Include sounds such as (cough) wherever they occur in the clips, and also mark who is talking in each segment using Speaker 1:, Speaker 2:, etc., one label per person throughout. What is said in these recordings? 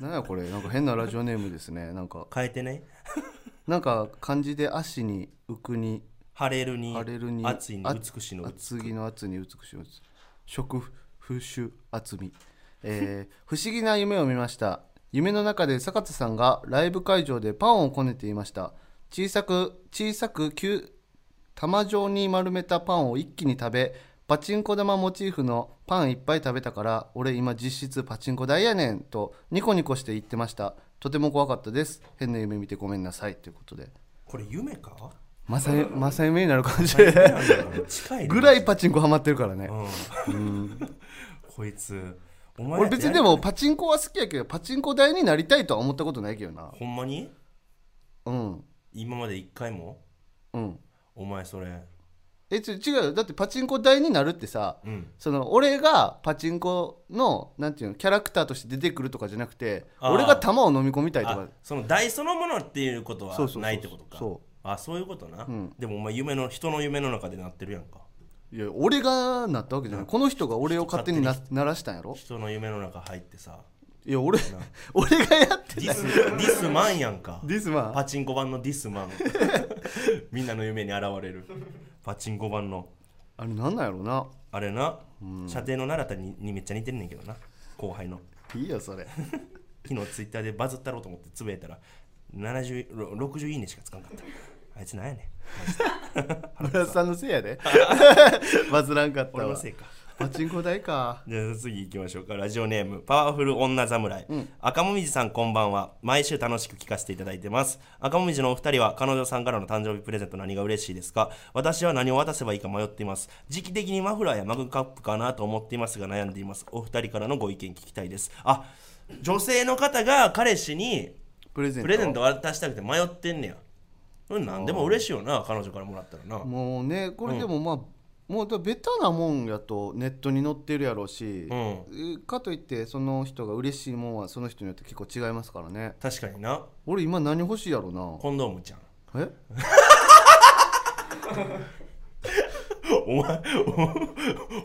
Speaker 1: なんやこれなんか変なラジオネームですねなんか
Speaker 2: 変えてね
Speaker 1: なんか漢字で足に浮くに
Speaker 2: 晴れるに
Speaker 1: 荒れるに
Speaker 2: 暑いに
Speaker 1: あ
Speaker 2: 美しいの美
Speaker 1: 厚木の厚に美しい美しい食風習厚み、えー (laughs) 不思議な夢を見ました夢の中で坂田さんがライブ会場でパンをこねていました小さく小さく球玉状に丸めたパンを一気に食べパチンコ玉モチーフのパンいっぱい食べたから俺今実質パチンコ台やねんとニコニコして言ってましたとても怖かったです変な夢見てごめんなさいということで
Speaker 2: これ夢か
Speaker 1: まさにまさ夢になる感じ
Speaker 2: 近いね
Speaker 1: (laughs) ぐらいパチンコハマってるからね、
Speaker 2: こいつお前
Speaker 1: 俺別にでもパチンコは好きやけどパチンコ台になりたいとは思ったことないけどな
Speaker 2: ほんまに
Speaker 1: うん
Speaker 2: 今まで一回も
Speaker 1: うん
Speaker 2: お前それ
Speaker 1: えちょ違うよだってパチンコ台になるってさ、
Speaker 2: うん
Speaker 1: その俺がパチンコのなんていうのキャラクターとして出てくるとかじゃなくて
Speaker 2: あー
Speaker 1: 俺が玉を飲み込みたいと
Speaker 2: あ
Speaker 1: か
Speaker 2: その台そのものっていうことは
Speaker 1: そうそうそう
Speaker 2: ないってことか
Speaker 1: そ
Speaker 2: あそういうことな、
Speaker 1: ん
Speaker 2: でもお前夢の人の夢の中でなってるやんか
Speaker 1: いや俺がなったわけじゃない、この人が俺を勝手にな鳴らしたんやろ
Speaker 2: 人の夢の中入ってさ
Speaker 1: いや俺 (laughs) 俺がやって
Speaker 2: ディスディスマンやんか
Speaker 1: ディスマン
Speaker 2: パチンコ版のディスマン (laughs) みんなの夢に現れるパチンコ版の
Speaker 1: あれなんなんやろな
Speaker 2: あれな、射程の奈良田ににめっちゃ似てんねんけどな後輩の
Speaker 1: いいよそれ
Speaker 2: 昨日ツイッターでバズったろうと思ってつぶやいたら70ろ60いいねしかつかんかったあいつなんやねん
Speaker 1: (laughs) 村田さんのせいや
Speaker 2: (laughs)
Speaker 1: でバズらんかった
Speaker 2: 俺の
Speaker 1: わ
Speaker 2: せいか
Speaker 1: パチンコ台か
Speaker 2: じゃあ次行きましょうかラジオネームパワフル女侍、赤もみじさんこんばんは毎週楽しく聞かせていただいてます赤もみじのお二人は彼女さんからの誕生日プレゼント何が嬉しいですか私は何を渡せばいいか迷っています時期的にマフラーやマグカップかなと思っていますが悩んでいますお二人からのご意見聞きたいですあ女性の方が彼氏に
Speaker 1: プレゼント
Speaker 2: プレゼント渡したくて迷ってんねやそれ何でも嬉しいよな彼女からもらったらな
Speaker 1: もうねこれでもまあ、もうだベタなもんやとネットに載ってるやろうし、かといってその人が嬉しいもんはその人によって結構違いますからね
Speaker 2: 確かにな
Speaker 1: 俺今何欲しいやろ
Speaker 2: (laughs)
Speaker 1: な
Speaker 2: コンドームちゃん
Speaker 1: え
Speaker 2: お前、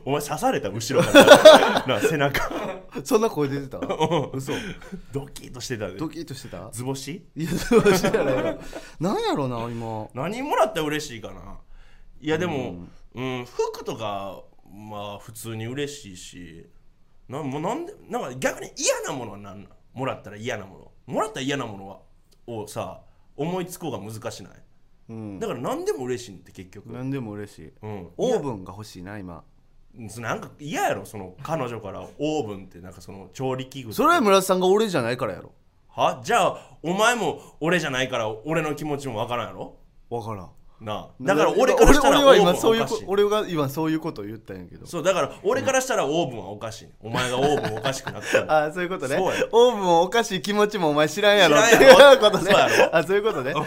Speaker 2: おお (laughs) 前刺された後ろ
Speaker 1: (laughs)
Speaker 2: から。な背中。
Speaker 1: そんな声出
Speaker 2: (laughs)
Speaker 1: てた嘘
Speaker 2: ドキッとしてたで
Speaker 1: ド。キッとしてた (laughs)
Speaker 2: 図星
Speaker 1: いやそうしてたら何やろな今
Speaker 2: 何もらったら嬉しいかな。いやでも、うん、服とか、まあ普通に嬉しいし、なもうなんで、なんか逆に嫌なものは何なんもらったら嫌なもの。もらったら嫌なものは、をさ、思いつこうが難しない。
Speaker 1: うん
Speaker 2: だから何でも嬉しいんって結局。
Speaker 1: 何でも嬉しい
Speaker 2: うん、
Speaker 1: オーブンが欲しいな今
Speaker 2: そなんか嫌やろその彼女からオーブンってなんかその調理器具とか
Speaker 1: それは村田さんが俺じゃないからやろ
Speaker 2: はじゃあお前も俺じゃないから俺の気持ちもわからんやろ
Speaker 1: わからん
Speaker 2: なあだから俺からしたらオ
Speaker 1: 俺は
Speaker 2: ーブン
Speaker 1: 今
Speaker 2: は
Speaker 1: そうい
Speaker 2: お
Speaker 1: う
Speaker 2: かしい
Speaker 1: 俺が今そういうことを言ったんやけど
Speaker 2: そうだから俺からしたらオーブンはおかしいお前がオーブンおかしくなったら
Speaker 1: ああそういうことね
Speaker 2: そうや
Speaker 1: オーブンおかしい気持ちもお前知らんやろって
Speaker 2: 知らんやろ
Speaker 1: いうことね
Speaker 2: そうや
Speaker 1: あそういうことね
Speaker 2: うん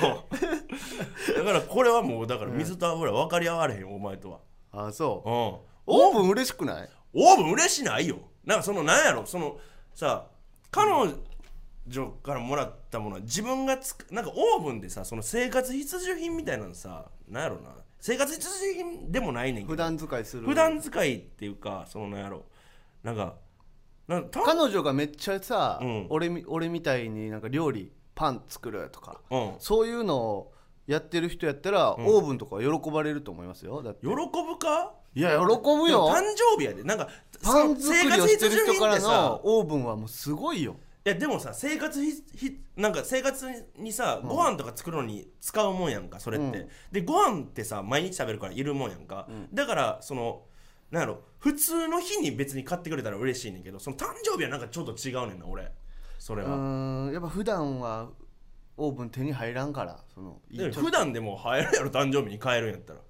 Speaker 2: だからこれはもうだから水と油分かり合われへんお前とは
Speaker 1: あそう
Speaker 2: うん
Speaker 1: オーブン嬉しくない
Speaker 2: オーブン嬉しないよなんかそのなんやろそのさ彼女からもらったものは自分がつくなんかオーブンでさその生活必需品みたいなのさなんやろな生活必需品でもないねんけど
Speaker 1: 普段使いする
Speaker 2: 普段使いっていうかそのなんやろなんかなんた
Speaker 1: 彼女がめっちゃさ、
Speaker 2: うん
Speaker 1: 俺み俺みたいになんか料理パン作るとか
Speaker 2: うん
Speaker 1: そういうのをやってる人やったら、オーブンとか喜ばれると思いますよだって
Speaker 2: 喜ぶか
Speaker 1: いや喜ぶ
Speaker 2: でも
Speaker 1: よ
Speaker 2: 誕生日やでなんか
Speaker 1: パン作りをしてる人から
Speaker 2: 生活必需品ってさ
Speaker 1: のオーブンはもうすごいよ
Speaker 2: いやでもさ生活ひひなんか生活にさご飯とか作るのに使うもんやんかそれって、
Speaker 1: うん
Speaker 2: でご飯ってさ毎日食べるからいるもんやんか、だからそのなんやろ普通の日に別に買ってくれたら嬉しいねんけどその誕生日はなんかちょっと違うねんな俺それ
Speaker 1: う
Speaker 2: は、
Speaker 1: ーんやっぱ普段はオーブン手に入らんからそのいい
Speaker 2: で普段でも入るやろ誕生日に買えるんやったら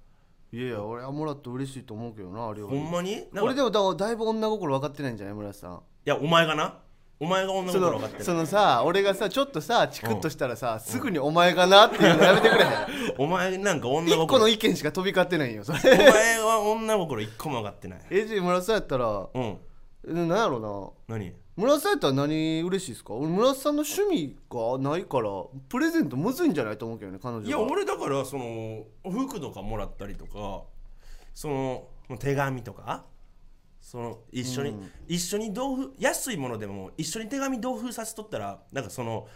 Speaker 1: いやいや俺はもらって嬉しいと思うけどな料
Speaker 2: ほ
Speaker 1: 理
Speaker 2: んまになんか
Speaker 1: 俺でもだだいぶ女心分かってないんじゃない村瀬さん
Speaker 2: いやお前がなお前が女
Speaker 1: そ
Speaker 2: の子
Speaker 1: の
Speaker 2: 分かって
Speaker 1: そ
Speaker 2: る
Speaker 1: のさ俺がさちょっとさチクッとしたらさ、すぐに「お前がな」っていうのやめてくれへん
Speaker 2: お前なんか女
Speaker 1: 一個の
Speaker 2: 心
Speaker 1: 意見しか飛び交ってないんよそ
Speaker 2: お
Speaker 1: れ
Speaker 2: 前は女心一個も分かってない
Speaker 1: AJ 村瀬さんやったら
Speaker 2: うん
Speaker 1: うんなんやろ
Speaker 2: 何
Speaker 1: な村瀬さんやったら何嬉しいですか俺村瀬さんの趣味がないからプレゼントむずいんじゃないと思うけどね彼女が
Speaker 2: いや俺だからその服とかもらったりとかその手紙とかその一緒に、一緒に同封安いものでも一緒に手紙同封させとったらなんかその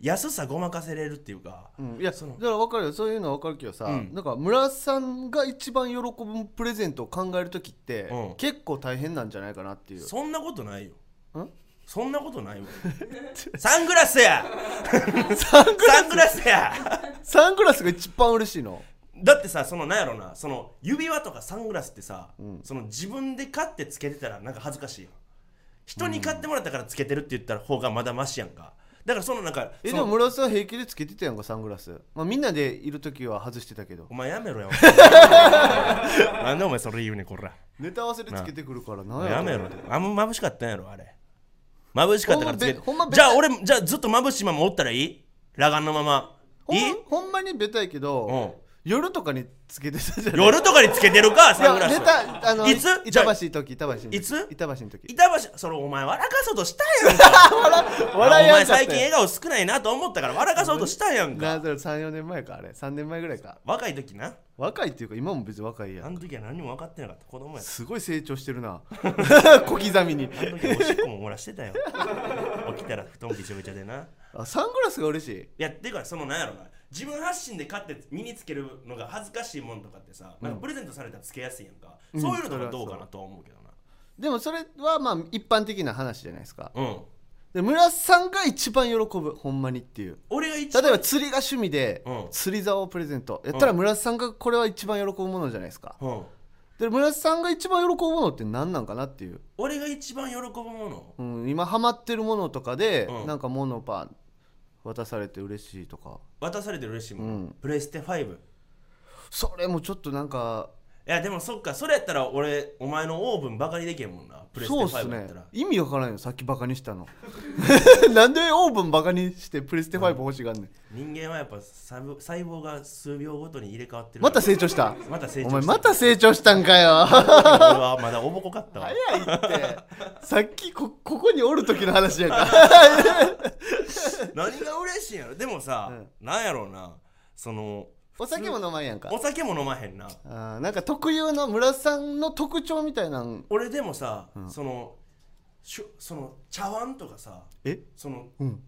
Speaker 2: 安さごまかせれるっていうか、
Speaker 1: うん、いや
Speaker 2: その
Speaker 1: だから分かるよそういうのは分かるけどさ、
Speaker 2: うん
Speaker 1: なんか村さんが一番喜ぶプレゼントを考える時って、
Speaker 2: うん
Speaker 1: 結構大変なんじゃないかなっていう
Speaker 2: そんなことないよ
Speaker 1: ん
Speaker 2: そんなこと (laughs) ないわサングラスやサングラスや
Speaker 1: サングラスが一番嬉しいの
Speaker 2: だってさそのなんやろなその指輪とかサングラスってさ、その自分で買ってつけてたらなんか恥ずかしいやん人に買ってもらったからつけてるって言った方がまだマシやんかだからそのなんか
Speaker 1: え
Speaker 2: そ
Speaker 1: で
Speaker 2: の
Speaker 1: も村さん平気でつけてたやんかサングラス、まあ、みんなでいる時は外してたけど
Speaker 2: お前や
Speaker 1: (laughs)
Speaker 2: めろよなんでお前それ言うねんこら
Speaker 1: ネタ合わせでつけてくるからな
Speaker 2: やめろってあんま眩しかったんやろあれ眩しかったからつけて
Speaker 1: ほんまべほんまべ
Speaker 2: じゃあ俺じゃあずっと眩しいままおったらいい裸眼のまま
Speaker 1: ほん
Speaker 2: いい
Speaker 1: まほんまにベタいけど、夜とかにつけてたじゃない
Speaker 2: 夜とかにつけてるかサングラ
Speaker 1: いや
Speaker 2: ス
Speaker 1: ネタあの
Speaker 2: いつじゃ
Speaker 1: 板
Speaker 2: あ
Speaker 1: 橋の時板橋の時
Speaker 2: いつ
Speaker 1: 板橋の時
Speaker 2: 板橋それお前笑かそうとしたやんか
Speaker 1: 笑い
Speaker 2: お
Speaker 1: 合
Speaker 2: 前
Speaker 1: っちゃっ
Speaker 2: 最
Speaker 1: た
Speaker 2: 近
Speaker 1: よ
Speaker 2: 笑顔少ないなと思ったから笑かそうとしたやん
Speaker 1: な
Speaker 2: か
Speaker 1: それ34年前かあれ3年前ぐらいか
Speaker 2: 若い時な
Speaker 1: 若いっていうか今も別に若いや
Speaker 2: あ
Speaker 1: ん
Speaker 2: の時は何も分かってなかった子供やった
Speaker 1: すごい成長してる
Speaker 2: (laughs)
Speaker 1: な小刻みに
Speaker 2: あの時はおしっこも漏らしてたよ (laughs) 起きたら布団びちょびちょでな
Speaker 1: あサングラスが嬉しい
Speaker 2: いやっていうかそのなんやろな自分発信で買って身につけるのが恥ずかしいもんとかってさ、なんかプレゼントされたらつけやすいやんか、
Speaker 1: うん
Speaker 2: そういうのとかどうかなとは思うけどな
Speaker 1: でもそれはまあ一般的な話じゃないですか
Speaker 2: うん
Speaker 1: で村さんが一番喜ぶほんまにっていう
Speaker 2: 俺が一
Speaker 1: 例
Speaker 2: 番
Speaker 1: えば釣りが趣味で、
Speaker 2: うん
Speaker 1: 釣り竿をプレゼントやったら村さんがこれは一番喜ぶものじゃないですか
Speaker 2: うん、
Speaker 1: で村さんが一番喜ぶものって何なんかなっていう、
Speaker 2: 俺が一番喜ぶもの
Speaker 1: うん、今ハマってるものとかで、
Speaker 2: うん
Speaker 1: なんかモノパン渡されて嬉しいとか
Speaker 2: 渡されて嬉しいもん、
Speaker 1: うん
Speaker 2: プレステ5い
Speaker 1: それもちょっとなんか
Speaker 2: やでもそっかそれやったら俺お前のオーブンバカにできへんもんなプレステ
Speaker 1: そうっす
Speaker 2: 5やっ
Speaker 1: ね
Speaker 2: たら、
Speaker 1: 意味わからんよさっきバカにしたの (laughs) なんでオーブンバカにしてプレステ5欲しがんねん、
Speaker 2: 人間はやっぱ細胞細胞が数秒ごとに入れ替わってる
Speaker 1: また成長した
Speaker 2: また成長
Speaker 1: お
Speaker 2: した
Speaker 1: 前また成長したんかよ
Speaker 2: 俺はまだおぼこかったわ
Speaker 1: 早いってさっきこここにおる時の話やから
Speaker 2: (laughs) 何が嬉しいんやろでもさ、なんやろうなその
Speaker 1: お酒も飲まんやんか
Speaker 2: お酒も飲まへんな
Speaker 1: あーなんか特有の村さんの特徴みたいなん
Speaker 2: 俺でもさ、そのしょその茶碗とかさ
Speaker 1: え
Speaker 2: その
Speaker 1: うん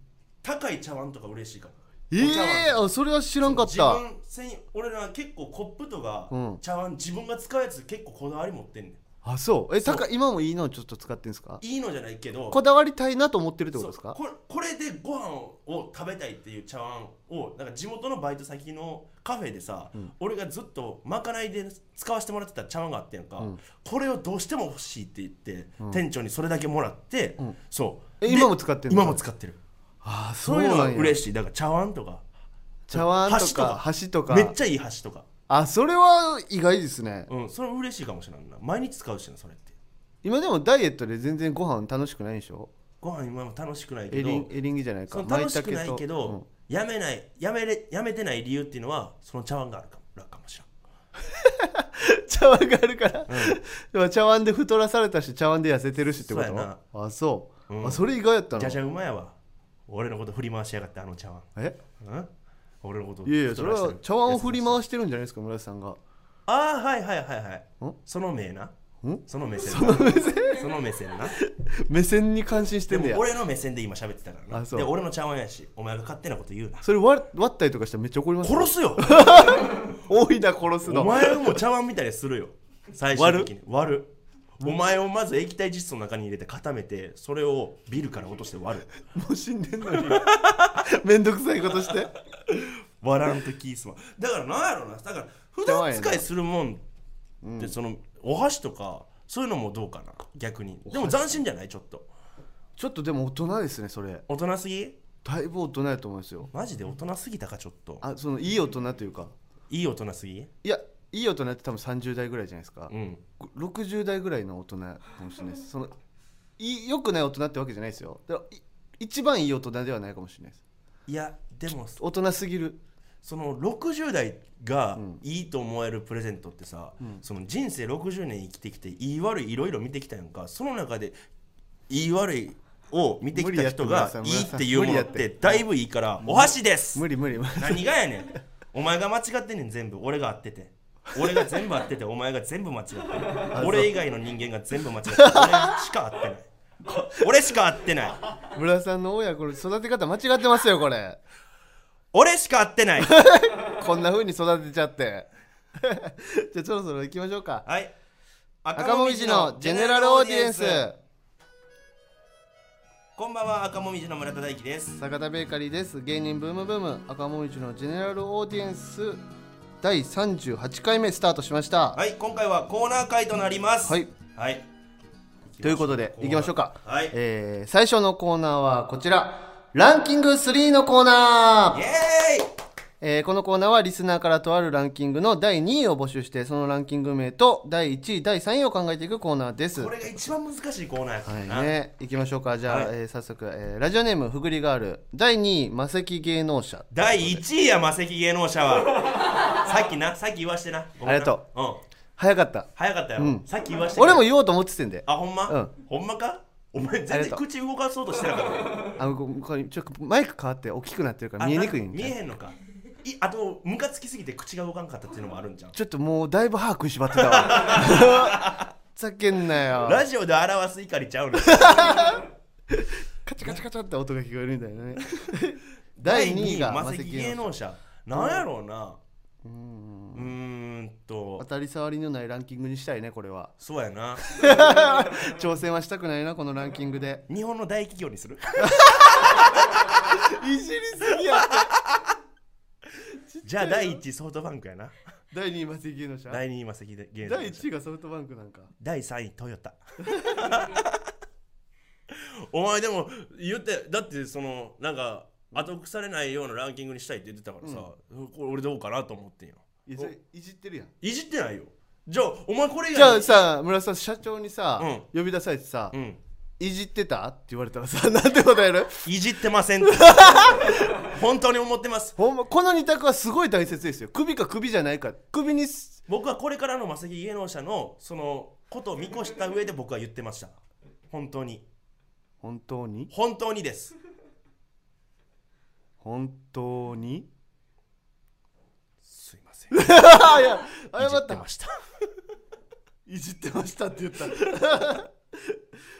Speaker 2: 高い茶碗とか嬉しいかも
Speaker 1: ええー、あそれは知らんかっ
Speaker 2: 自
Speaker 1: た
Speaker 2: 分専用俺ら結構コップとか、
Speaker 1: うん
Speaker 2: 茶碗自分が使うやつ結構こだわり持ってんねん
Speaker 1: あそうえ
Speaker 2: そう
Speaker 1: 高い今もいいのちょっと使ってんすか
Speaker 2: いいのじゃないけど
Speaker 1: こだわりたいなと思ってるってことです
Speaker 2: そ
Speaker 1: か
Speaker 2: うこれこれでご飯をを食べたいっていう茶碗をなんか地元のバイト先のカフェでさ、俺がずっとまかないで使わせてもらってた茶碗があってやんか、これをどうしても欲しいって言って、店長にそれだけもらって、そう
Speaker 1: え
Speaker 2: で
Speaker 1: 今も使ってんの
Speaker 2: 今も使ってる
Speaker 1: あー
Speaker 2: そういうのが
Speaker 1: なんや
Speaker 2: 嬉しいだから茶碗とか
Speaker 1: 茶碗と
Speaker 2: 箸と
Speaker 1: か
Speaker 2: か
Speaker 1: 箸とか
Speaker 2: めっちゃいい箸とか、
Speaker 1: あそれは意外ですね、
Speaker 2: うん、それも嬉しいかもしれんな毎日使うしなそれって
Speaker 1: 今でもダイエットで全然ご飯楽しくないでしょ
Speaker 2: ご飯今も楽しくないけ
Speaker 1: エ
Speaker 2: ど
Speaker 1: リンエリンギじゃないか
Speaker 2: その楽しく
Speaker 1: 舞
Speaker 2: な
Speaker 1: 茸
Speaker 2: い
Speaker 1: と
Speaker 2: けど、やめないやめれやめてない理由っていうのはその茶碗があるからかもしれん
Speaker 1: うん (laughs) 茶碗があるから、でも茶碗で太らされたし茶碗で痩せてるしってこと
Speaker 2: そうや
Speaker 1: あそう、
Speaker 2: うん
Speaker 1: あそれ意外やった
Speaker 2: じ
Speaker 1: の
Speaker 2: ゃじゃうまやわ俺のこと振り回しやがってあの茶碗
Speaker 1: え
Speaker 2: うん俺のこと
Speaker 1: いやいやそれは茶碗を振り
Speaker 2: し
Speaker 1: 回してるんじゃないですか村瀬さんが
Speaker 2: ああはいはいはいはい
Speaker 1: ん
Speaker 2: その目なんその目線その目線その目線
Speaker 1: (laughs)
Speaker 2: な
Speaker 1: 目線に感心して
Speaker 2: で
Speaker 1: んねや
Speaker 2: も俺の目線で今喋ってたから
Speaker 1: あ
Speaker 2: な
Speaker 1: そう
Speaker 2: で俺の茶碗やしお前が勝手なこと
Speaker 1: (laughs)
Speaker 2: 言うな
Speaker 1: それ割割ったりとかしたらめっちゃ怒りますよ
Speaker 2: 殺すよ
Speaker 1: 多いな殺す
Speaker 2: (laughs) お
Speaker 1: の
Speaker 2: 前も茶碗みたいにするよ最終的に割るお前をまず液体窒素の中に入れて固めてそれをビルから落として割る
Speaker 1: もう死んでんのに (laughs) めんどくさいことして
Speaker 2: 割らんとキースマンだからなんやろなだから普段使いするもんってそのお箸とかそういうのもどうかな逆にでも斬新じゃないちょっと
Speaker 1: ちょっとでも大人ですねそれ
Speaker 2: 大人すぎ
Speaker 1: だいぶ大人やと思うんですよ
Speaker 2: マジで大人すぎたかちょっと
Speaker 1: あそのいい大人というか
Speaker 2: いい大人すぎ
Speaker 1: いやいい大人って多分30代ぐらいじゃないですか
Speaker 2: う、ん
Speaker 1: 60代ぐらいの大人かもしれないですそのい良くない大人ってわけじゃないですよだからい一番いい大人ではないかもしれないです
Speaker 2: いやでも
Speaker 1: 大人すぎる
Speaker 2: その60代がいいと思えるプレゼントってさ、その人生60年生きてきていい悪いいろいろ見てきたやんかその中でいい悪いを見てきた人がいいっていうものってだいぶいいからお箸です
Speaker 1: 無理無理無理 (laughs)
Speaker 2: 何がやねんお前が間違ってんねん全部俺が合ってて俺が全部合っててお前が全部間違ってる俺以外の人間が全部間違ってる俺しか合ってない俺しか合ってない
Speaker 1: 村さんの親これ育て方間違ってますよこれ
Speaker 2: 俺しか合ってない
Speaker 1: こんな風に育てちゃって (laughs) じゃあそろそろ行きましょうか
Speaker 2: はい
Speaker 1: 赤もみじのジェネラルオーディエンス
Speaker 2: こんばんは赤もみじの村田大樹です
Speaker 1: 坂田ベーカリーです芸人ブームブーム赤もみじのジェネラルオーディエンス第38回目スタートしましたは
Speaker 2: はい今回はコーナー会となります
Speaker 1: い
Speaker 2: はい
Speaker 1: ということで行きましょうか、
Speaker 2: はい
Speaker 1: えー最初のコーナーはこちらランキング3のコーナ
Speaker 2: イ
Speaker 1: ー、
Speaker 2: エーイ
Speaker 1: えーこのコーナーはリスナーからとあるランキングの第2位を募集してそのランキング名と第1位第3位を考えていくコーナーです
Speaker 2: これが一番難しいコーナーやか
Speaker 1: は
Speaker 2: ら
Speaker 1: い
Speaker 2: な、
Speaker 1: ね、行きましょうかじゃあ、
Speaker 2: はい
Speaker 1: えー早速、えーラジオネームふぐりガール第2位魔石芸能者
Speaker 2: 第1位や魔石芸能者はさっきなさっき言わしてなごめ
Speaker 1: あ
Speaker 2: んな
Speaker 1: りがと
Speaker 2: う、うん、
Speaker 1: 早かった
Speaker 2: 早かったよ、
Speaker 1: うん
Speaker 2: さっき言わして
Speaker 1: 俺も言おうと思っててんで
Speaker 2: あほんま、
Speaker 1: うん
Speaker 2: ほんまかお前
Speaker 1: あ
Speaker 2: 全
Speaker 1: り
Speaker 2: 然
Speaker 1: がとう
Speaker 2: 口動かそうとしてなかった
Speaker 1: あここれちょっとマイク変わって大きくなってる (laughs) から見えにくいん
Speaker 2: 見
Speaker 1: じゃ
Speaker 2: え
Speaker 1: ん
Speaker 2: へんのかいあとムカつきすぎて口が動かんかったっていうのもあるんじゃん
Speaker 1: ちょっともうだいぶ歯食いしばってた (laughs) わふざけんなよ
Speaker 2: ラジオで表す怒りちゃうの
Speaker 1: カチャカチャカチャって音が聞こえるみたいなね (laughs) (laughs) 第2位が
Speaker 2: 魔
Speaker 1: マ
Speaker 2: 石
Speaker 1: セキ
Speaker 2: 芸
Speaker 1: 芸能
Speaker 2: 能者なんやろうなうーん
Speaker 1: 当
Speaker 2: と
Speaker 1: たり障りのないランキングにしたいねこれ (laughs) は
Speaker 2: そうやな
Speaker 1: 挑戦はしたくないなこのランキングで
Speaker 2: 日本の大企業にする
Speaker 1: いじりすぎやって
Speaker 2: じゃあ第1位ソフトバンクやな
Speaker 1: (laughs) 第2位マセキ芸能者
Speaker 2: 第2位魔石芸能者
Speaker 1: 第1位がソフトバンクなんか
Speaker 2: 第3位トヨタ (laughs) お前でも言ってだってそのなんか後腐れないようなランキングにしたいって言ってたからさ、これ俺どうかなと思ってんよ
Speaker 1: いやそれいじってるやん
Speaker 2: いじってないよじゃあお前これ以
Speaker 1: じゃ
Speaker 2: 外
Speaker 1: あ
Speaker 2: に
Speaker 1: さ村田さん社長にさ、
Speaker 2: うん
Speaker 1: 呼び出されてさ、
Speaker 2: うん
Speaker 1: いじってたって言われたらさなんて答える
Speaker 2: いじってません
Speaker 1: (laughs)
Speaker 2: 本当に思ってます
Speaker 1: ほんまこの二択はすごい大切ですよ首か首じゃないか首にす
Speaker 2: 僕はこれからのマセキ芸能者のそのことを見越した上で僕は言ってました本当に
Speaker 1: 本当に
Speaker 2: 本当にです
Speaker 1: 本当に
Speaker 2: すいません
Speaker 1: (laughs) あいや
Speaker 2: いじ
Speaker 1: 謝っ
Speaker 2: って
Speaker 1: た
Speaker 2: ました
Speaker 1: いじってましたって言った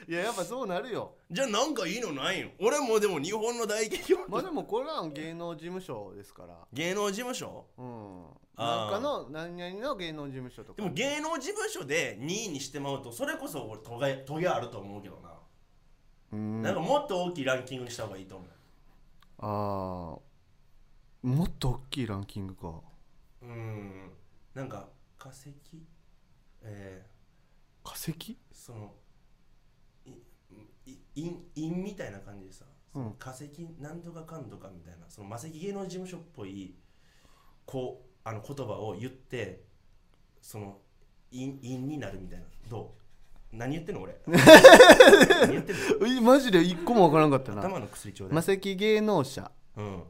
Speaker 1: いややっぱそうなるよ
Speaker 2: じゃあなんかいいのないよ俺もでも日本の大企業
Speaker 1: まあでもこれは芸能事務所ですから
Speaker 2: 芸能事務所
Speaker 1: うんな
Speaker 2: あ
Speaker 1: んか
Speaker 2: ー
Speaker 1: の何々の芸能事務所とか
Speaker 2: でも芸能事務所で2位にしてまうとそれこそ俺トゲトゲあると思うけどな、
Speaker 1: うん
Speaker 2: なんかもっと大きいランキングにした方がいいと思
Speaker 1: あーもっと大きいランキングか
Speaker 2: ううんなんか化石え
Speaker 1: 化石
Speaker 2: ー、そのいい陰陰みたいな感じでさ、その化石なんとかかんとかみたいなその魔石芸能事務所っぽいこうあの言葉を言ってその陰陰になるみたいなどう何言ってんの (laughs) 俺何言ってんの
Speaker 1: えマジで一個もわからんかったな
Speaker 2: 頭の薬ちょうだ
Speaker 1: 魔
Speaker 2: い、
Speaker 1: 石芸能者
Speaker 2: うん、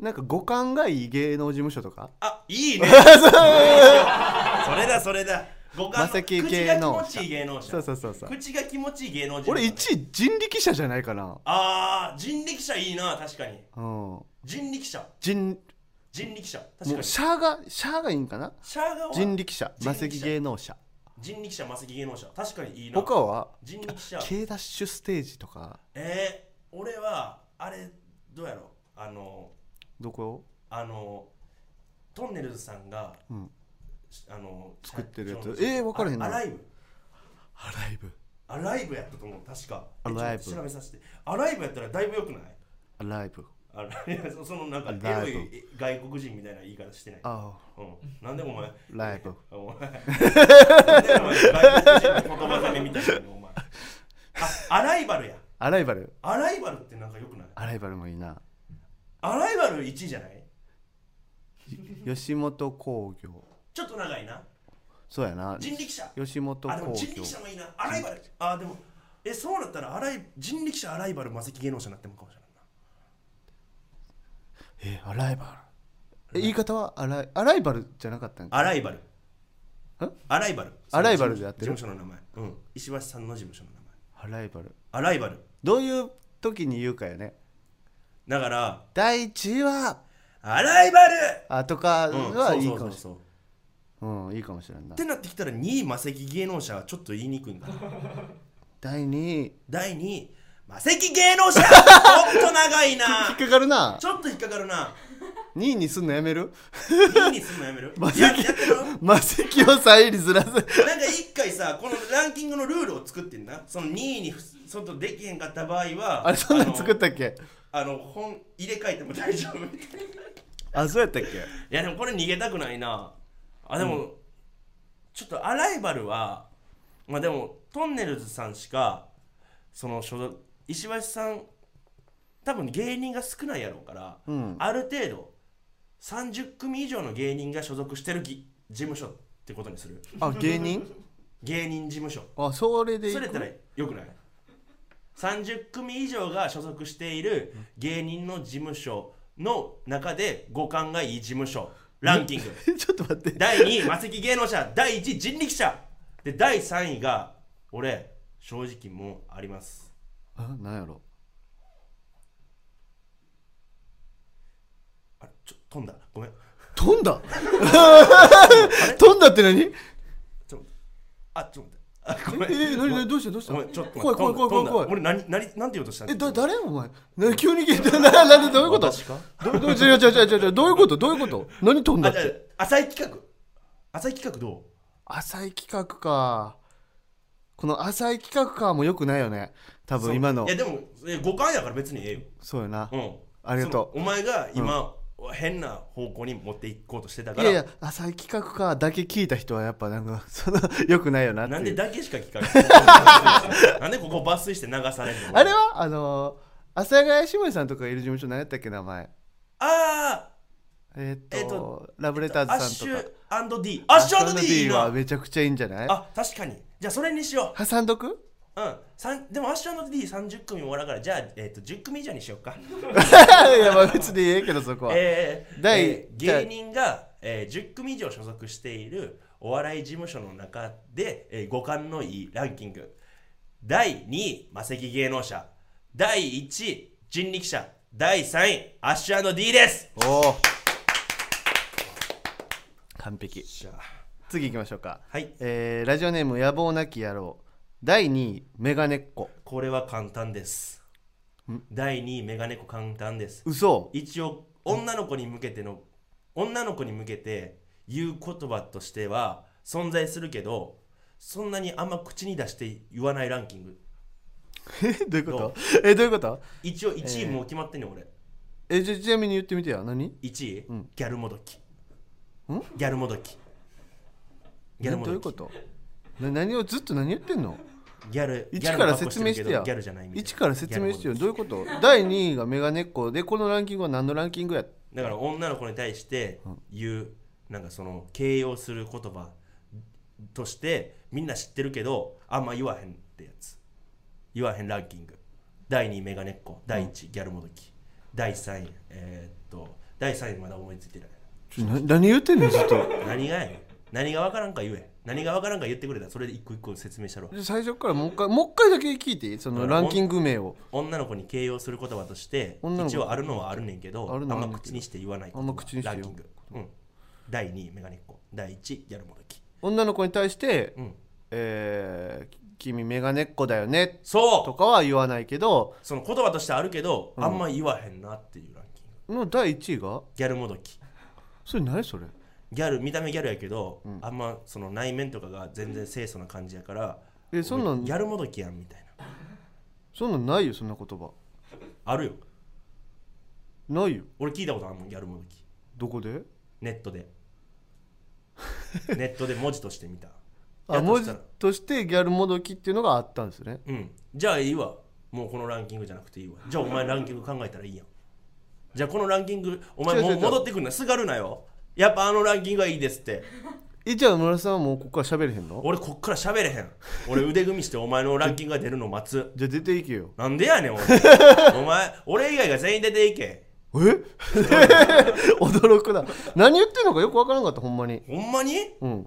Speaker 1: なんか五感がいい芸能事務所とか
Speaker 2: あい
Speaker 1: (laughs)
Speaker 2: いねそれだそれだ五感の
Speaker 1: マセキ
Speaker 2: 口
Speaker 1: 芸
Speaker 2: が気
Speaker 1: 能者
Speaker 2: 持ちいい芸能者
Speaker 1: そうそうそうそう
Speaker 2: 口が気持ちいい芸能人
Speaker 1: 俺1位人力車じゃないかな
Speaker 2: あー人力車いいな確かに
Speaker 1: うん
Speaker 2: 人力車
Speaker 1: 人
Speaker 2: 人力車確
Speaker 1: も
Speaker 2: か
Speaker 1: う
Speaker 2: に
Speaker 1: シャーがシャーがいいんかな
Speaker 2: シャーガは
Speaker 1: 人力車
Speaker 2: 人
Speaker 1: 魔
Speaker 2: 力車
Speaker 1: 石芸能者
Speaker 2: 人力車マセキ芸能者確かにいいな
Speaker 1: 他は
Speaker 2: 人力車
Speaker 1: K ダッシュステージとか
Speaker 2: えー、俺はあれどうやろあの
Speaker 1: どこ
Speaker 2: あのトンネルズさんが、
Speaker 1: うん
Speaker 2: あの
Speaker 1: 作ってるやつ
Speaker 2: 社長の
Speaker 1: えー分からへんな
Speaker 2: あアライブ
Speaker 1: アライブ
Speaker 2: アライブやったと思う確か
Speaker 1: アライブ
Speaker 2: えちょっと調べさせてアライブやったらだいぶ良くない
Speaker 1: アライブ
Speaker 2: あらいやそ (laughs) そのなんか
Speaker 1: アライ
Speaker 2: エロ
Speaker 1: ブ
Speaker 2: いえ外国人みたいな言い方してない
Speaker 1: あ
Speaker 2: うん、なんでお前
Speaker 1: あライブ
Speaker 2: お
Speaker 1: (laughs)
Speaker 2: 前なんでお前外国人の言葉攻めみたいなのお前あアライバルや
Speaker 1: アライバル
Speaker 2: アライバルってなんか良くない
Speaker 1: アライバルもいいな
Speaker 2: アライバル1位じゃない
Speaker 1: 吉本興業
Speaker 2: ちょっと長いな
Speaker 1: そうやな
Speaker 2: 人力車
Speaker 1: 吉本興
Speaker 2: あで
Speaker 1: 業
Speaker 2: も人力車もいいなアライバルあでもえそうなったらアライ人力車アライバルマセキ芸能者になってもかもしれないな
Speaker 1: えアライバルえ言い方はアライアライバルじゃなかったんか
Speaker 2: アライバルアライバル
Speaker 1: アライバルでやってる
Speaker 2: 事務所の名前うん石橋さんの事務所の名前
Speaker 1: アライバル
Speaker 2: アライバル
Speaker 1: どういう時に言うかよね
Speaker 2: だから
Speaker 1: 第一位は
Speaker 2: アライバル
Speaker 1: あとか
Speaker 2: うん
Speaker 1: は
Speaker 2: そう
Speaker 1: いい
Speaker 2: そう
Speaker 1: か
Speaker 2: そ
Speaker 1: も
Speaker 2: う
Speaker 1: しれ
Speaker 2: そう
Speaker 1: うんいいかもしれんな
Speaker 2: ってなってきたら2位魔石芸能者はちょっと言いにくいん
Speaker 1: (laughs)
Speaker 2: だな
Speaker 1: 第2位
Speaker 2: 第2位魔石芸能者ちょっと長い
Speaker 1: 引
Speaker 2: な
Speaker 1: っかかるな
Speaker 2: ちょっと引っかかるな
Speaker 1: 2位にすんのやめる (laughs)
Speaker 2: 2位にすんのやめる
Speaker 1: 魔石
Speaker 2: いややってる
Speaker 1: 魔石を3位にずらす
Speaker 2: なんか一回さこのランキングのルールを作ってんなその2位にふちょっとできへんかった場合は
Speaker 1: あれそんなん作っ
Speaker 2: の
Speaker 1: たっけ
Speaker 2: あの本入れ替えても大丈夫い
Speaker 1: あそうやったっけ
Speaker 2: やでもこれ逃げたくないなあでも、ちょっとアライバルはまあでもトンネルズさんしかその所属石橋さん多分芸人が少ないやろうから、
Speaker 1: うん
Speaker 2: ある程度30組以上の芸人が所属してるぎ事務所ってことにする
Speaker 1: あ芸人
Speaker 2: 芸人事務所
Speaker 1: あそれでい
Speaker 2: それ
Speaker 1: く
Speaker 2: やったらよくない30組以上が所属している芸人の事務所の中で五感がいい事務所ランキング
Speaker 1: ちょっと待っ
Speaker 2: (laughs)
Speaker 1: て
Speaker 2: 第2位マセキ芸能者第1位人力車で第3位が俺正直もうあります
Speaker 1: あなんやろ
Speaker 2: あれちょ飛んだごめん
Speaker 1: 飛んだ (laughs) 飛んだって何
Speaker 2: ちょっとあちょっと待ってあごめん
Speaker 1: ええ何
Speaker 2: ごめ
Speaker 1: 何
Speaker 2: ん
Speaker 1: どうしたどうした
Speaker 2: ごめんちょっと
Speaker 1: 怖い怖い怖い怖い怖い
Speaker 2: 俺何何何て言おうとしたん
Speaker 1: えだ
Speaker 2: ど
Speaker 1: 誰お前な急に聞いてななんでどういうこと
Speaker 2: 私か
Speaker 1: どど違う違う違う違うどういうことどういうこと何飛んだ
Speaker 2: あ
Speaker 1: っ
Speaker 2: じゃ
Speaker 1: て
Speaker 2: あ浅い企画浅い企画どう
Speaker 1: 浅い企画かこの浅い企画かもよくないよね多
Speaker 2: そ
Speaker 1: 分
Speaker 2: う
Speaker 1: 今の
Speaker 2: いやでもえ五感やから別にええよ
Speaker 1: そうよな、
Speaker 2: うん、
Speaker 1: ありがとう
Speaker 2: そのお前が今、変な方向に持っていこうとしてたか
Speaker 1: い
Speaker 2: ら
Speaker 1: やいや浅い企画かだけ聞いた人はやっぱなんか (laughs) そのよくないよなってい
Speaker 2: な
Speaker 1: うん
Speaker 2: でだけしか聞
Speaker 1: (laughs)
Speaker 2: かないなんでここ抜粋して流されるの
Speaker 1: あれはあのー、阿佐ヶ谷姉妹さんとかいる事務所何やったっけ名前
Speaker 2: あ
Speaker 1: えーっと,、
Speaker 2: えーっと
Speaker 1: ラブレタ
Speaker 2: あア
Speaker 1: ー
Speaker 2: ッ
Speaker 1: ズ
Speaker 2: シ
Speaker 1: さんとか
Speaker 2: ュ &D アッシュ &D いい
Speaker 1: は
Speaker 2: な
Speaker 1: めちゃくちゃいいんじゃない
Speaker 2: あ確かにじゃあそれにしよ
Speaker 1: 挟んどく
Speaker 2: ううんさんでもアッシュ &D30 組もおらんからじゃあ、えー、と10組以上にしようか (laughs)
Speaker 1: いやまあ別にええけどそこは、
Speaker 2: えー
Speaker 1: 第
Speaker 2: えー芸人が、えー10組以上所属しているお笑い事務所の中で、えー五感のいいランキング第2位マセキ芸能者第1位人力車第3位アッシュ &D です
Speaker 1: おお完璧
Speaker 2: じゃあ
Speaker 1: 次行きましょうか
Speaker 2: はい
Speaker 1: えーラジオネーム野望なき野郎第2位メガネっ子
Speaker 2: これは簡単です第2位メガネコ簡単です
Speaker 1: 嘘
Speaker 2: 一応女の子に向けての女の子に向けて言う言葉としては存在するけどそんなにあんま口に出して言わないランキング
Speaker 1: えどういうことえどういうこと
Speaker 2: 一応1位もう決まってんねん俺
Speaker 1: えじゃちなみに言ってみてよ何
Speaker 2: 1位、
Speaker 1: ん
Speaker 2: ギャルもどきギャルもどきギャ
Speaker 1: え
Speaker 2: ルも
Speaker 1: どういう
Speaker 2: ど
Speaker 1: こ
Speaker 2: き
Speaker 1: とな何をずっと何言ってんの
Speaker 2: ギャル
Speaker 1: 一
Speaker 2: ギャル
Speaker 1: か
Speaker 2: の
Speaker 1: ら
Speaker 2: 格好
Speaker 1: 説明
Speaker 2: るけ
Speaker 1: し
Speaker 2: ど
Speaker 1: てや
Speaker 2: ギャルじゃないみたいな
Speaker 1: 一から説明してよ
Speaker 2: ギャ
Speaker 1: どういうこと第2位がメガネっ子でこのランキングは何のランキングや
Speaker 2: ルだから女の子に対して言うなんかその形容する言葉としてみんな知ってるけどあんま言わへんってやつ言わへんランキング第2位メガネっ子第1位ギャルもどき第3位えーっと第3位まだ思いついてない
Speaker 1: ちょな何言ってんのずっと
Speaker 2: 何がやねん何が分からんか言え何が分からんか言ってくれたらそれで一個一個説明したろ
Speaker 1: じゃ最初からもう一回もう一回だけ聞いていいそのランキング名を
Speaker 2: 女の子に形容する言葉として
Speaker 1: 女の子
Speaker 2: 一応あるのはあるねんけど
Speaker 1: あ
Speaker 2: あ
Speaker 1: る
Speaker 2: ん
Speaker 1: のはある
Speaker 2: ま
Speaker 1: ねんけど
Speaker 2: 口にして言わない言葉
Speaker 1: あんま口にして
Speaker 2: ラ
Speaker 1: 言
Speaker 2: ン
Speaker 1: う
Speaker 2: キング、うん、第2位メガネっ子第1位ギャルモドキ
Speaker 1: 女の子に対して
Speaker 2: うん
Speaker 1: 「えー君メガネっ子だよね」と
Speaker 2: そう
Speaker 1: かは言わないけど
Speaker 2: その言葉としてあるけど、あんま言わへんなっていうランキング
Speaker 1: の第1位が
Speaker 2: ギャルモドキ
Speaker 1: それ何それ
Speaker 2: ギャル見た目ギャルやけど、あんまその内面とかが全然清楚な感じやから
Speaker 1: えそんなん
Speaker 2: ギャルモドキやんみたいな
Speaker 1: そんなんないよそんな言葉
Speaker 2: あるよ
Speaker 1: ないよ
Speaker 2: 俺聞いたことあるもんギャルモドキ
Speaker 1: どこで
Speaker 2: ネッ
Speaker 1: (laughs)
Speaker 2: トでネットで文字として見た
Speaker 1: あ
Speaker 2: やと
Speaker 1: 文
Speaker 2: した
Speaker 1: 字
Speaker 2: ら
Speaker 1: としてギャルもどきっていうのがあったんですね
Speaker 2: うんじゃあいいわもうこのランキングじゃなくていいわじゃあお前ランキング考えたらいいやんじゃあこのランキングお前も
Speaker 1: 違う違
Speaker 2: う
Speaker 1: う違う
Speaker 2: 戻ってくんなすがるなよやっぱあのランキングはいいですって
Speaker 1: えじゃあ村さんはもうここから喋れへんの
Speaker 2: 俺こっから喋れへん俺腕組みしてお前のランキングが出るの
Speaker 1: (laughs)
Speaker 2: 待つ
Speaker 1: じゃあ出ていけよ
Speaker 2: なんでやねんお前お前俺以外が全員出ていけ
Speaker 1: え (laughs) 驚くな何言ってんのかよくわからんかったほんまに
Speaker 2: ほんまに
Speaker 1: うん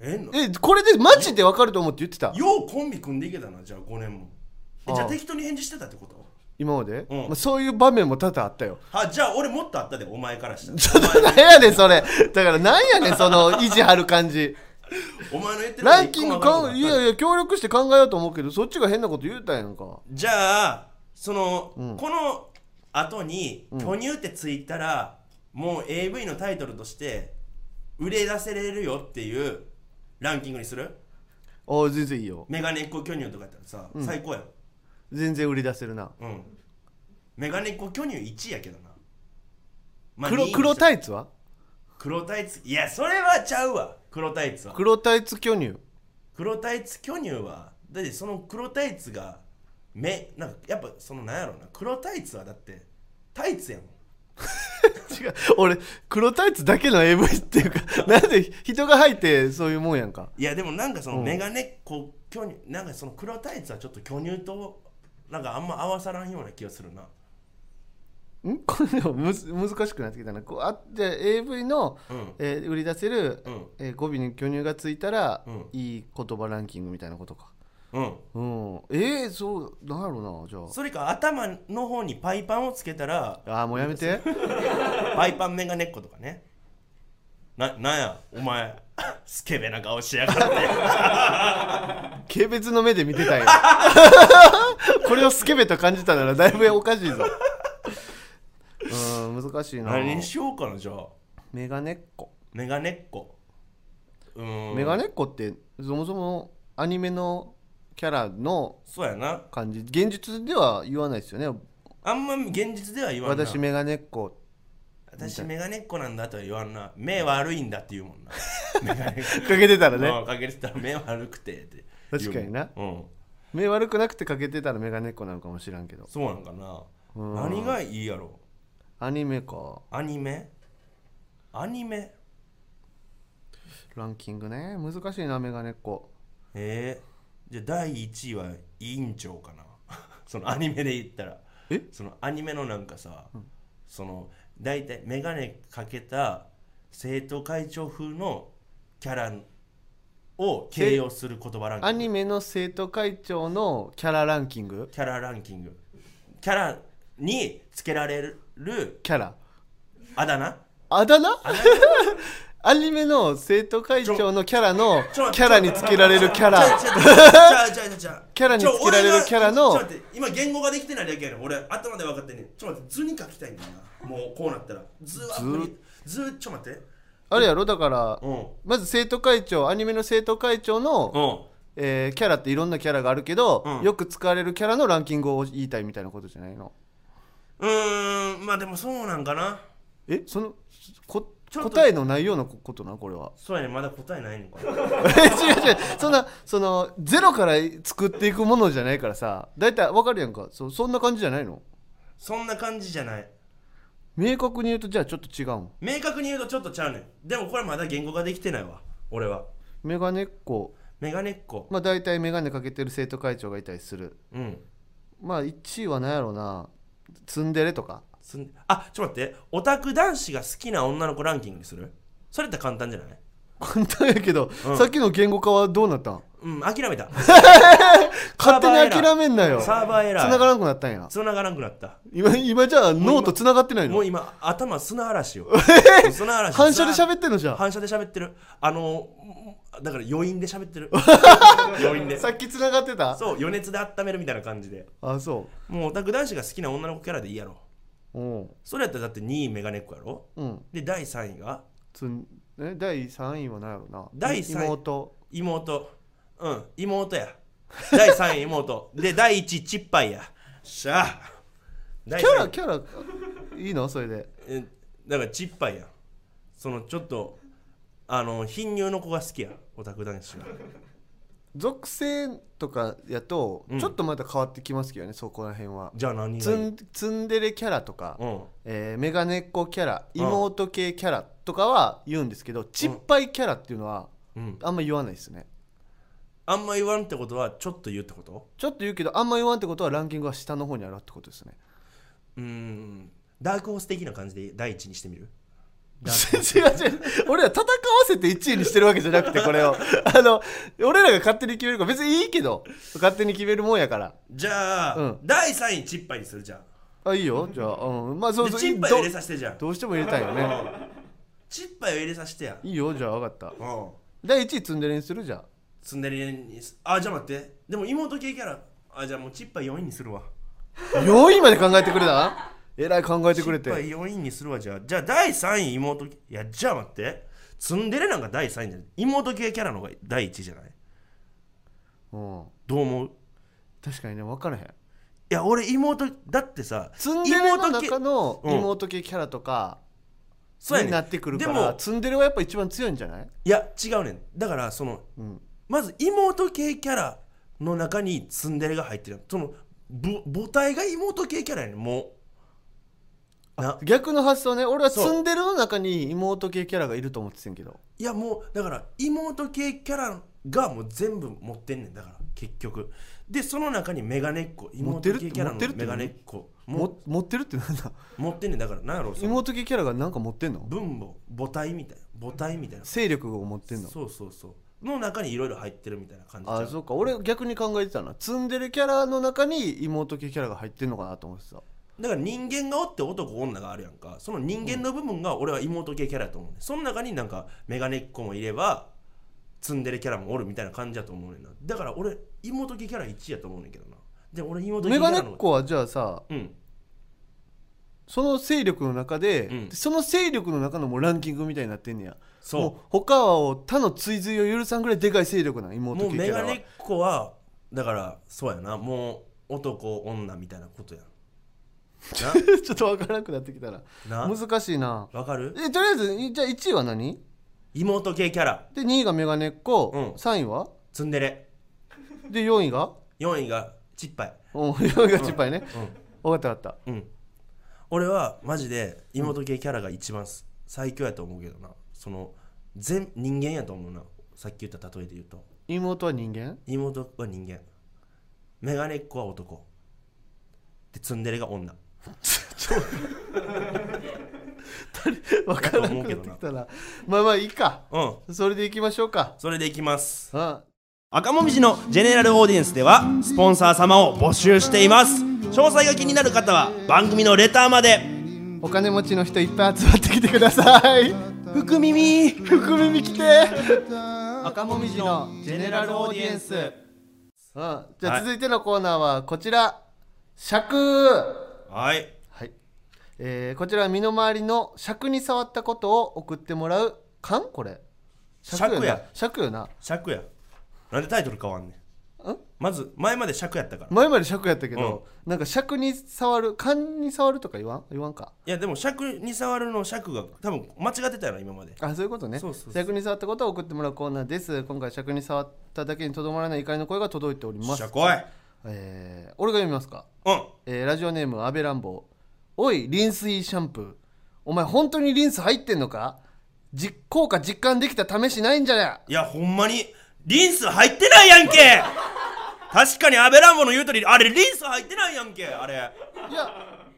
Speaker 2: えんの
Speaker 1: えこれでマジでわかると思って言ってた
Speaker 2: ようコンビ組んでいけたなじゃあ5年もえじゃあ
Speaker 1: ああ
Speaker 2: 適当に返事してたってこと
Speaker 1: 今まで、
Speaker 2: うん
Speaker 1: まあ、そういう場面も多々あったよ (laughs)
Speaker 2: あじゃあ俺もっとあったでお前からしたら
Speaker 1: 何やねんそれだからなんやねんその意地張る感
Speaker 2: (laughs)
Speaker 1: じ
Speaker 2: お前の言ってること
Speaker 1: ランキング
Speaker 2: 一個も分
Speaker 1: か
Speaker 2: らん
Speaker 1: い
Speaker 2: ことあった
Speaker 1: やいや協力して考えようと思うけどそっちが変なこと言うたんやんか
Speaker 2: じゃあその、この後に「巨乳」ってついたら、もう AV のタイトルとして売れ出せれるよっていうランキングにする
Speaker 1: ああ全然いいよ
Speaker 2: メガネっ子巨乳とかやったらさ、最高やん
Speaker 1: 全然売り出せるな
Speaker 2: うんメガネっ子巨乳1位やけどな、まあ
Speaker 1: 黒
Speaker 2: 二位に
Speaker 1: 黒
Speaker 2: した
Speaker 1: タイツは
Speaker 2: 黒タイツいやそれはちゃうわ黒タイツは
Speaker 1: 黒タイツ巨乳
Speaker 2: 黒タイツ巨乳はだってその黒タイツが目なんかやっぱそのなんやろうな黒タイツはだってタイツやもん
Speaker 1: 違う俺黒タイツだけの AV っていうか (laughs) なんで人が入ってそういうもんやんか
Speaker 2: いやでもなんかそのメガネっ子巨乳なんかその黒タイツはちょっと巨乳となんかあんま合わさらんような気がするなん
Speaker 1: これでも (laughs) むず難しくなってきたなこうあって AV の、
Speaker 2: うん
Speaker 1: えー売り出せる、
Speaker 2: うん
Speaker 1: えー語尾に巨乳がついたら、
Speaker 2: うん
Speaker 1: いい言葉ランキングみたいなことか
Speaker 2: うん
Speaker 1: うんえー、そうなんやろうなじゃ
Speaker 2: それか頭の方にパイパンをつけたら
Speaker 1: ああーもうやめて
Speaker 2: パイパンメガネっ子とかねななんやお前スケベな顔し
Speaker 1: (laughs)
Speaker 2: やがって
Speaker 1: 軽蔑の目で見てたよ (laughs) これをスケベと感じたならだいぶおかしいぞうん難しいな
Speaker 2: 何にしようかなじゃあ
Speaker 1: メガネっ子
Speaker 2: メガネっ子うーん
Speaker 1: メガネっ子ってそもそもアニメのキャラの
Speaker 2: そうやな
Speaker 1: 感じ現実では言わないですよね
Speaker 2: あんま現実では言わんな
Speaker 1: 私メガネっ
Speaker 2: (laughs)
Speaker 1: 子
Speaker 2: 私メガネっ子なんだとは言わんな目悪いんだって言うもんなメガネっ子
Speaker 1: かけてたらね
Speaker 2: うんかけてたら目悪くてって
Speaker 1: 確かにな
Speaker 2: 言うもんうん
Speaker 1: 目悪くなくてかけてたらメガネっ子なのかもしらんけど
Speaker 2: そうなんかな何がいいやろ
Speaker 1: アニメか
Speaker 2: アニメアニメ
Speaker 1: ランキングね難しいなメガネっ子
Speaker 2: えー、じゃあ第1位は委員長かな (laughs) そのアニメで言ったら
Speaker 1: え
Speaker 2: そのアニメのなんかさ、その大体メガネかけた生徒会長風のキャラを形容する言葉ランキング
Speaker 1: アニメの生徒会長のキャラランキング
Speaker 2: キャラランキングキャラにつけられる
Speaker 1: キャラ
Speaker 2: あだ名
Speaker 1: あだ名アニメの生徒会長のキャラの
Speaker 2: ちょ
Speaker 1: キャラにつけられるキャ
Speaker 2: ちゃ
Speaker 1: ラ
Speaker 2: うちゃうちゃうちゃうちゃうちゃう
Speaker 1: キャラにつけられるキャラの
Speaker 2: ちょ俺がちょっと待って今言語ができてないだけやねん俺頭で分かってんねんちょっと待って図に書きたいんだよなもうこうなったら図は無理図ちょっと待って
Speaker 1: あれやろだから
Speaker 2: うん
Speaker 1: まず生徒会長アニメの生徒会長の、
Speaker 2: うん
Speaker 1: えーキャラっていろんなキャラがあるけど、
Speaker 2: うん
Speaker 1: よく使われるキャラのランキングを言いたいみたいなことじゃないの
Speaker 2: うーんまあでもそうなんかな
Speaker 1: えそのこ
Speaker 2: ょっと
Speaker 1: 答えのないようなこことなこれは
Speaker 2: そうやねんまだ答えないのかな
Speaker 1: え違う違うそんなそのゼロから作っていくものじゃないからさ大体わかるやんかそそんな感じじゃないの
Speaker 2: そんな感じじゃない
Speaker 1: 明確に言うとじゃあちょっと違うん
Speaker 2: 明確に言うとちょっとちゃうねんでもこれまだ言語ができてないわ俺は
Speaker 1: メガネっ子
Speaker 2: メガネっ子
Speaker 1: まあ大体メガネかけてる生徒会長がいたりする
Speaker 2: うん
Speaker 1: まあ1位は何やろうなツンデレとか
Speaker 2: すんあちょっと待ってオタク男子が好きな女の子ランキングにするそれって簡単じゃない
Speaker 1: 簡単やけど、さっきの言語化はどうなったん
Speaker 2: うん
Speaker 1: (laughs)
Speaker 2: 諦めた
Speaker 1: 勝手に
Speaker 2: サーバーエラー
Speaker 1: 諦めんなよ
Speaker 2: サーバーエラー
Speaker 1: 繋がらんくなったんや
Speaker 2: 繋がらんくなった
Speaker 1: 今今じゃあ脳と繋がってない
Speaker 2: も
Speaker 1: の
Speaker 2: う今頭砂嵐よ砂嵐
Speaker 1: 反射で
Speaker 2: 砂
Speaker 1: 喋ってんのじゃあ
Speaker 2: 反射で喋ってるあのうんだから余韻で喋っ
Speaker 1: (laughs)
Speaker 2: てる余韻で
Speaker 1: さっき繋がってた
Speaker 2: そう余熱で温めるみたいな感じで
Speaker 1: あそ
Speaker 2: もうオタク男子が好きな女の子キャラでいいやろ
Speaker 1: ううん
Speaker 2: それやったらだって2位メガネっ子やろ
Speaker 1: うん
Speaker 2: で第3位が
Speaker 1: つんえ第3位は何やろうな
Speaker 2: 第三位
Speaker 1: 妹
Speaker 2: 妹うん妹や第3位妹で第1位チッパイやしゃあ第
Speaker 1: キャ
Speaker 2: 3
Speaker 1: ラ
Speaker 2: 位
Speaker 1: キャラいいのそれで
Speaker 2: えだからチッパイやそのちょっとあの貧乳の子が好きやオタク男子が
Speaker 1: 属性とかやと
Speaker 2: うん
Speaker 1: ちょっとまた変わってきますけどね、そこら辺は
Speaker 2: じゃあ何が
Speaker 1: ツ
Speaker 2: いい
Speaker 1: ンツンデレキャラとか、
Speaker 2: うん
Speaker 1: えーメガネっ子キャラ
Speaker 2: うん
Speaker 1: 妹系キャラとかは言うんですけど、ちっぱいキャラっていうのは
Speaker 2: うん
Speaker 1: あんま言わないですね
Speaker 2: あんま言わんってことはちょっと言うってこと
Speaker 1: ちょっと言うけどあんま言わんってことはランキングは下の方にあるってことですね
Speaker 2: うーんダークホース的な感じで第1にしてみる
Speaker 1: (laughs) 違う違う俺ら戦わせて1位にしてるわけじゃなくてこれをあの俺らが勝手に決めるから別にいいけど勝手に決めるもんやから
Speaker 2: じゃあ、
Speaker 1: うん
Speaker 2: 第3位チッパイにするじゃん
Speaker 1: あいいよじゃあ、うん、まあそう
Speaker 2: で
Speaker 1: そう
Speaker 2: チ
Speaker 1: い
Speaker 2: ッパイを入れさせてじゃん
Speaker 1: どうしても入れたいよね
Speaker 2: チッパイを入れさせてや
Speaker 1: いいよじゃあ分かった
Speaker 2: うん
Speaker 1: 第1位ツンデレにするじゃあ
Speaker 2: ツンデレにすあじゃあ待ってでも妹系キャラあじゃあもうチッパイ4位にするわ
Speaker 1: 4位まで考えてくれたえらい考えてくれ
Speaker 2: チッパ
Speaker 1: て
Speaker 2: イ4位にするわじゃあじゃあ第3位妹系いやじゃあ待ってツンデレなんか第3位じゃない妹系キャラの方が第1位じゃない
Speaker 1: うん
Speaker 2: どう思う
Speaker 1: 確かにね分からへん
Speaker 2: いや俺妹だってさ
Speaker 1: ツンデレの
Speaker 2: 妹系
Speaker 1: 中の
Speaker 2: うん
Speaker 1: 妹系キャラとか
Speaker 2: そうやね
Speaker 1: に
Speaker 2: ん
Speaker 1: なってくるか
Speaker 2: で
Speaker 1: ら
Speaker 2: も
Speaker 1: ツンデレはやっぱ一番強いんじゃない
Speaker 2: いや違うねんだからその、
Speaker 1: ん
Speaker 2: まず妹系キャラの中にツンデレが入ってるそのぶ母体が妹系キャラやねんもうな
Speaker 1: 逆の発想ね俺は
Speaker 2: そう
Speaker 1: ツンデレの中に妹系キャラがいると思ってたんやけど
Speaker 2: いやもうだから妹系キャラがもう全部持ってんねんだから結局でその中にメガネっ子
Speaker 1: 持って
Speaker 2: 妹
Speaker 1: る
Speaker 2: 系キャラ
Speaker 1: 持
Speaker 2: の
Speaker 1: ってるって
Speaker 2: メガネっ子も
Speaker 1: も持ってるってなんだ
Speaker 2: 持ってんねんだからなんやろうその
Speaker 1: 妹系キャラがなんか持ってんの
Speaker 2: 分母母体みたいな母体みたいな
Speaker 1: 勢力を持ってんの
Speaker 2: そうそうそうの中にいろいろ入ってるみたいな感じちゃう
Speaker 1: あそうか俺逆に考えてたなツンデレキャラの中に妹系キャラが入ってんのかなと思ってた
Speaker 2: だから人間がおって男女があるやんかその人間の部分が俺は妹系キャラやと思うねんその中になんかメガネっ子もいればツンデレキャラもおるみたいな感じだと思うねんなだから俺妹系キャラ1位やと思うねんけどなで俺妹系
Speaker 1: メ
Speaker 2: キャ
Speaker 1: ガ
Speaker 2: ラ
Speaker 1: ネ
Speaker 2: の
Speaker 1: っ子はじゃあさ
Speaker 2: うん
Speaker 1: その勢力の中で、
Speaker 2: うん
Speaker 1: その勢力の中のもうランキングみたいになってんねやもう
Speaker 2: そ
Speaker 1: 他を他の追随を許さんぐらいでかい勢力なん
Speaker 2: う
Speaker 1: 妹
Speaker 2: もう
Speaker 1: 系キ
Speaker 2: メ
Speaker 1: ャ
Speaker 2: ガ
Speaker 1: ラは
Speaker 2: ネっ子はだからそうやなもう男女みたいなことやん
Speaker 1: (laughs) ちょっとわからなくなってきたら
Speaker 2: な
Speaker 1: 難しいな
Speaker 2: わかる
Speaker 1: えとりあえずいじゃあ1位は何
Speaker 2: 妹系キャラ
Speaker 1: で2位がメガネっ子、
Speaker 2: うん
Speaker 1: 3位は
Speaker 2: ツンデレ
Speaker 1: で4位が
Speaker 2: 4位がチッパイ
Speaker 1: (laughs) うん4位がチッパイね、分かった分かっ
Speaker 2: うん俺はマジで妹系キャラが一番す最強やと思うけどなその全人間やと思うなさっき言った例えで言うと
Speaker 1: た妹は人
Speaker 2: (laughs)
Speaker 1: 間
Speaker 2: 妹は人間メガネっ子は男でツンデレが女
Speaker 1: 分からなくなってきたらまあまあいいか
Speaker 2: うん
Speaker 1: それでいきましょうか
Speaker 2: それでいきます
Speaker 1: あ
Speaker 2: 赤もみじのジェネラルオーディエンスではスポンサー様を募集しています詳細が気になる方は番組のレターまで
Speaker 1: お金持ちの人いっぱい集まってきてください
Speaker 2: 福耳
Speaker 1: 福耳来て赤もみじのジェネラルオーディエンスあじゃ
Speaker 2: は
Speaker 1: あ
Speaker 2: い
Speaker 1: 続いてのコーナーはこちら尺
Speaker 2: はい
Speaker 1: はい、えーこちらは身の回りの尺に触ったことを送ってもらう勘これ
Speaker 2: 尺や
Speaker 1: 尺よな
Speaker 2: 尺やなんでタイトル変わんねん
Speaker 1: ん
Speaker 2: まず前まで尺やったから
Speaker 1: 前まで尺やったけど、なんか尺に触る勘に触るとか言わん言わんか
Speaker 2: いやでも尺に触るの尺が多分間違ってたよな今まで
Speaker 1: あそういうことね
Speaker 2: そうそうそう
Speaker 1: 尺に触ったことを送ってもらうコーナーです今回尺に触っただけにとどまらない怒りの声が届いております
Speaker 2: 尺来い
Speaker 1: えー俺が読みますか
Speaker 2: うん
Speaker 1: えーラジオネーム安倍乱暴おいリンスイーシャンプーお前本当にリンス入ってんのか実効果実感できた試しないんじゃね
Speaker 2: いやほんまにリンス入ってないやんけ確かにアベランボの言うとりあれリンス入ってないやんけあれ
Speaker 1: いや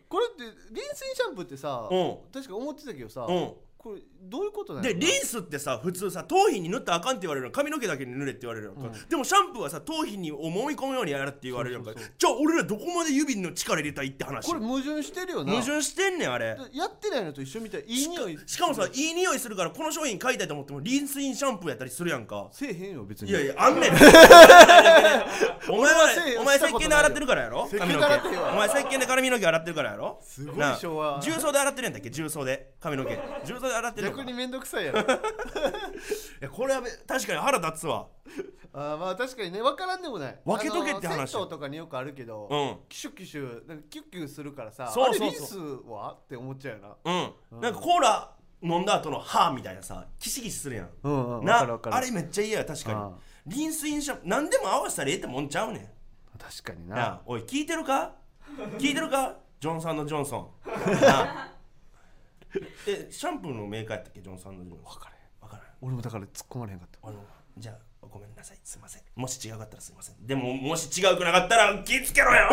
Speaker 1: これってリンスイーシャンプーってさ、
Speaker 2: うん
Speaker 1: 確か思ってたけどさ、
Speaker 2: うん
Speaker 1: これどういうことなの
Speaker 2: でリンスってさ普通さ頭皮に塗ったらあかんって言われるの髪の毛だけに塗れって言われるのか、でもシャンプーはさ頭皮に思い込むようにやるって言われるやんかじゃあ俺らどこまで指の力入れたいって話
Speaker 1: これ矛盾してるよな
Speaker 2: 矛盾してんねんあれ
Speaker 1: やってないのと一緒みたいいい匂い
Speaker 2: しかもさいい匂いするからこの商品買いたいと思ってもリンスインシャンプーやったりするやんか
Speaker 1: せえへんよ別に
Speaker 2: いやいや、
Speaker 1: (laughs)
Speaker 2: あんねん。お前
Speaker 1: せ
Speaker 2: は、お前石鹸で洗ってるからやろ
Speaker 1: 石鹸
Speaker 2: 髪の
Speaker 1: で
Speaker 2: 毛。
Speaker 1: 洗ってるわ
Speaker 2: お前石鹸で髪の毛洗ってるからやろす
Speaker 1: ごい昭和
Speaker 2: 重曹で洗ってるやんだっけ重曹で。髪の毛。重曹で洗ってるのか
Speaker 1: 逆に面倒くさいやろあ
Speaker 2: いや、これはべ確かに腹立つわ。
Speaker 1: ーまあ確かにね分からんでもない
Speaker 2: 分けとけって話
Speaker 1: あの銭湯とかによくあるけど、
Speaker 2: うん
Speaker 1: キシュキシュなんかキュッキュするからさ
Speaker 2: そうそ
Speaker 1: あ
Speaker 2: うそう
Speaker 1: れリンスはって思っちゃうよな
Speaker 2: うん。なんかコーラ飲んだ後の歯みたいなさ、キシキシするやん。
Speaker 1: うんうん分
Speaker 2: な
Speaker 1: かる分かる
Speaker 2: あれめっちゃ嫌や、確
Speaker 1: ああ
Speaker 2: かに。リンスインシャン、何でも合わせたらええってもんちゃうねん。
Speaker 1: 確かに
Speaker 2: な
Speaker 1: な
Speaker 2: あおい聞いてるか聞いてるかジョンさんのジョンソン (laughs) なあえシャンプーのメーカーやったっけジョンさんのジョンソン分
Speaker 1: かれ
Speaker 2: 分からない
Speaker 1: 俺もだから突っ込まれへんかった
Speaker 2: あのじゃあごめんなさいすいませんもし違うかったらすいませんでももし違うくなかった (laughs) ら気ぃつけろよ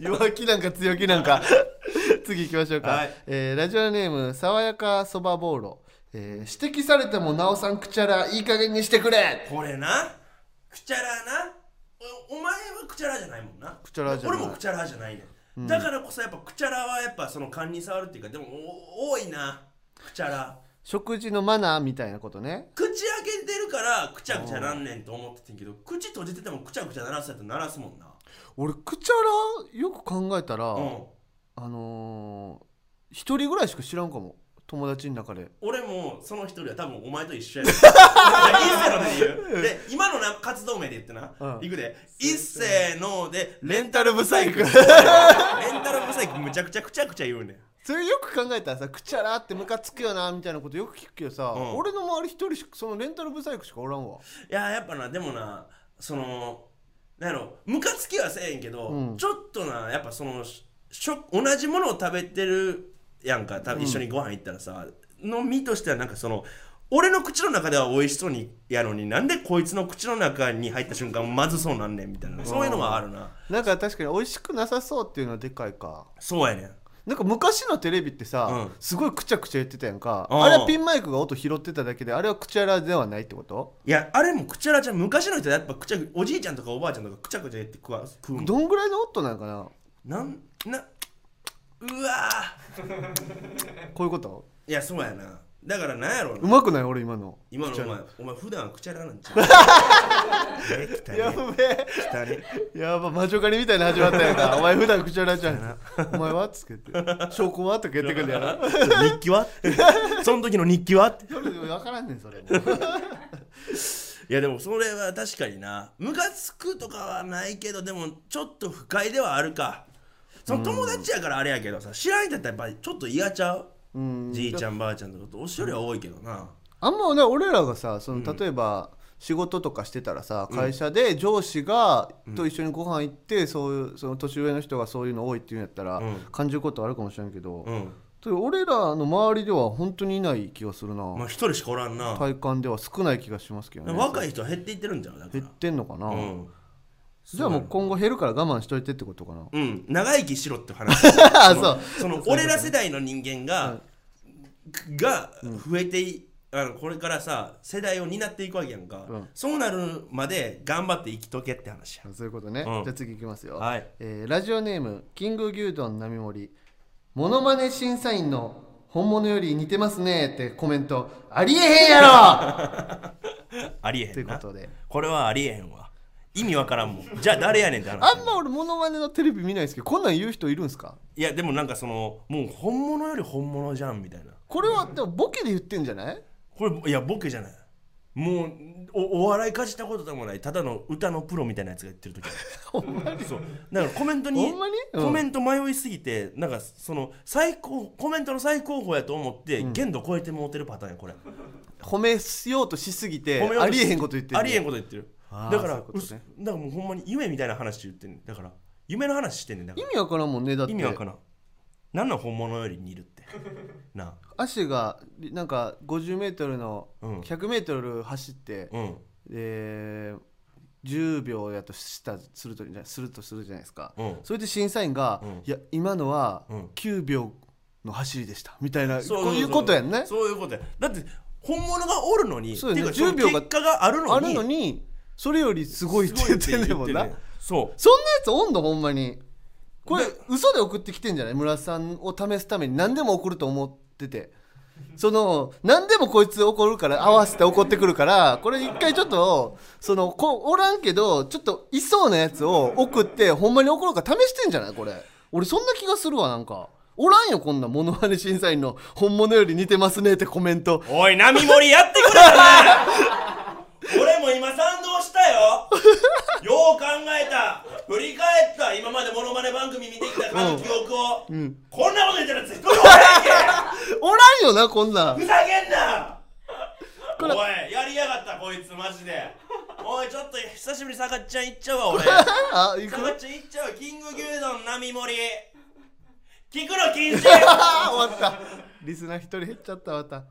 Speaker 1: 弱気なんか強気なんか (laughs) 次行きましょうか、
Speaker 2: はい
Speaker 1: えーラジオネーム爽やかそばボーロ、えー指摘されてもなおさんくちゃらいい加減にしてくれ
Speaker 2: これなくちゃらなおお前はくちゃらじゃないもんな
Speaker 1: くちゃらじゃない
Speaker 2: 俺もくちゃらじゃないね、んだからこそやっぱくちゃらはやっぱその勘に触るっていうかでもお多いなくちゃら
Speaker 1: 食事のマナーみたいなことね
Speaker 2: 口開けてるからくちゃくちゃなんねんと思っててんけど口閉じててもくちゃくちゃ鳴らすやつ鳴らすもんな
Speaker 1: 俺くちゃらよく考えたら、
Speaker 2: うん
Speaker 1: あのー、一人ぐらいしか知らんかも友達の中で
Speaker 2: 俺もその一人は多分お前と一緒や (laughs) ねんいやいっせーので言うで今のな活動名で言ってな、
Speaker 1: うん
Speaker 2: いくで「いっせーの」でレンタルブサイクレンタルブサイクむちゃくちゃくちゃくちゃ言うねん
Speaker 1: それよく考えたらさくちゃらってムカつくよなみたいなことよく聞くけどさ、
Speaker 2: うん
Speaker 1: 俺の周り一人しかそのレンタルブサイクしかおらんわ
Speaker 2: いややっぱなでもなそのなんやろムカつきはせえへんけど、
Speaker 1: うん
Speaker 2: ちょっとなやっぱそのししょ同じものを食べてるやんかた一緒にご飯行ったらさ、の身としてはなんかその俺の口の中では美味しそうにやのになんでこいつの口の中に入った瞬間まずそうなんねんみたいなそういうのはあるな
Speaker 1: なんか確かに美味しくなさそうっていうのはでかいか
Speaker 2: そうやねん
Speaker 1: なんか昔のテレビってさ、
Speaker 2: うん
Speaker 1: すごいくちゃくちゃ言ってたやんか、
Speaker 2: うん
Speaker 1: あれはピンマイクが音拾ってただけであれはくちゃらではないってこと
Speaker 2: いやあれもくちゃらちゃん昔の人はやっぱくちゃおじいちゃんとかおばあちゃんとかくちゃくちゃ言って食わ食うん
Speaker 1: どんぐらいの音なんかな
Speaker 2: なんなうわー
Speaker 1: こういうこと
Speaker 2: いやそうやなだからなんやろな
Speaker 1: うまくない俺今の
Speaker 2: 今のお
Speaker 1: くちゃ
Speaker 2: 前
Speaker 1: ら、
Speaker 2: お前普段はくちゃらなんち (laughs) ゃうえ来た
Speaker 1: や
Speaker 2: ね
Speaker 1: べ
Speaker 2: 来たね
Speaker 1: え (laughs) やば魔女狩りみたいなの始まったやん
Speaker 2: (laughs)
Speaker 1: かお前普段くちゃらじゃんお前はつけて証拠はとか言ってくるんだよな
Speaker 2: 日記 (laughs) はその時の日記はって
Speaker 1: それ分からんねんそれも
Speaker 2: (laughs) いやでもそれは確かになムカつくとかはないけどでもちょっと不快ではあるかその友達やからあれやけどさ知らん人やったらやっぱりちょっと嫌ちゃう
Speaker 1: うん
Speaker 2: じいちゃんばあちゃんとかお年寄りは多いけどな
Speaker 1: あんまね俺らがさその例えば、仕事とかしてたらさ会社で上司が、と一緒にご飯行ってそういうその年上の人がそういうの多いっていうんやったら、
Speaker 2: うん
Speaker 1: 感じることあるかもしれんけど、
Speaker 2: うん
Speaker 1: と俺らの周りでは本当にいない気がするな、
Speaker 2: まあ一人しかおらんな
Speaker 1: 体感では少ない気がしますけどね
Speaker 2: 若い人は減っていってるんじゃうだか
Speaker 1: 減っ
Speaker 2: ら
Speaker 1: てんのかな、
Speaker 2: うん
Speaker 1: じゃあもう今後減るから我慢しといてってことかな
Speaker 2: うん長生きしろって話
Speaker 1: あ
Speaker 2: そ
Speaker 1: (laughs) そ
Speaker 2: の
Speaker 1: う
Speaker 2: その俺ら世代の人間が、が増えていあのこれからさ世代を担っていくわけやんか、
Speaker 1: うん
Speaker 2: そうなるまで頑張って生きとけって話や
Speaker 1: そういうことね、
Speaker 2: うん
Speaker 1: じゃあ次いきますよ、
Speaker 2: はい
Speaker 1: えーラジオネームキング牛丼並盛モノマネ審査員の本物より似てますねってコメントありえへんや
Speaker 2: (laughs)
Speaker 1: ろ
Speaker 2: ありえへんな
Speaker 1: ということで
Speaker 2: これはありえへんわ意味わからんもんじゃあ誰やねんって話
Speaker 1: あんま俺モノマネのテレビ見ないですけどこんなん言う人いるんすか
Speaker 2: いやでもなんかそのもう本物より本物じゃんみたいな
Speaker 1: これはでもボケで言ってんじゃない
Speaker 2: これいやボケじゃないもうおお笑いかじったことでもないただの歌のプロみたいなやつが言ってる時
Speaker 1: ほんまに
Speaker 2: そうだからコメント
Speaker 1: (laughs)
Speaker 2: に
Speaker 1: ほんまにうん
Speaker 2: コメント迷いすぎてなんかその最高コメントの最高峰やと思って限度超えてもうてるパターンやこれ、
Speaker 1: 褒めしようとしすぎて
Speaker 2: 褒めようと
Speaker 1: ありえへんこと言って
Speaker 2: ありえへん
Speaker 1: ん
Speaker 2: こと言ってる
Speaker 1: あー
Speaker 2: だか
Speaker 1: そ
Speaker 2: ら
Speaker 1: ういうことね
Speaker 2: うすだからもうほんまに夢みたいな話言ってんねんだから夢の話してんねんだか
Speaker 1: 意
Speaker 2: ら
Speaker 1: 味わからんもんねだって
Speaker 2: 意味わからんなんなん本物より似るってなあ
Speaker 1: 足がなんか 50m の
Speaker 2: うん
Speaker 1: 100m 走って、
Speaker 2: うん
Speaker 1: えー10秒やとしたするとじゃするとするじゃないですか、
Speaker 2: うん
Speaker 1: それで審査員が「
Speaker 2: うん
Speaker 1: いや今のは
Speaker 2: うん
Speaker 1: 9秒の走りでした」みたいな
Speaker 2: そ
Speaker 1: こういうことやんね
Speaker 2: そういうことやだって本物がおるのに
Speaker 1: そうやね
Speaker 2: っていうか
Speaker 1: 10秒が
Speaker 2: その結果があるのに
Speaker 1: あるのにそれよりすごいって言ってんねんもんな
Speaker 2: すごいって言ってるねそ
Speaker 1: そんなやつおんのほんまにこれ
Speaker 2: で
Speaker 1: 嘘で送ってきてんじゃない村さんを試すために何でも送ると思っててその何でもこいつ怒るから合わせて怒ってくるからこれ一回ちょっとそのこおらんけどちょっといそうなやつを送ってほんまに怒るか試してんじゃないこれ俺そんな気がするわなんかおらんよこんなモノマネ審査員の本物より似てますねってコメント
Speaker 2: うおい波盛りやってくれたね俺も今賛同したよよう考えた振り返った今までモノマネ番組見てきたあの記憶を、こんなこと言ってるやつ一人もおらんけ
Speaker 1: おらんよなこんなん (laughs)
Speaker 2: ふざけんな
Speaker 1: これ
Speaker 2: おいやりやがったこいつマジでおいちょっと久しぶりにさかっちゃん行っちゃうわ俺
Speaker 1: あ行
Speaker 2: さかっ
Speaker 1: く
Speaker 2: ちゃん行っちゃうわキング牛丼並盛り聞くの禁止
Speaker 1: あ (laughs) 終わったリスナー一人減っちゃったまた